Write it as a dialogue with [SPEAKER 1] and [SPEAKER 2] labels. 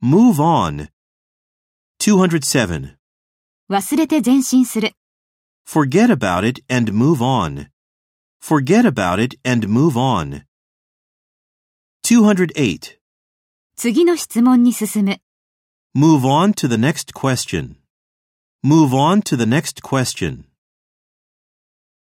[SPEAKER 1] Move on. 207.
[SPEAKER 2] 忘れて前進する。
[SPEAKER 1] Forget about it and move on. Forget about it and move on. 208.
[SPEAKER 2] 次の質問に進む。
[SPEAKER 1] Move on to the next question. Move on to the next question.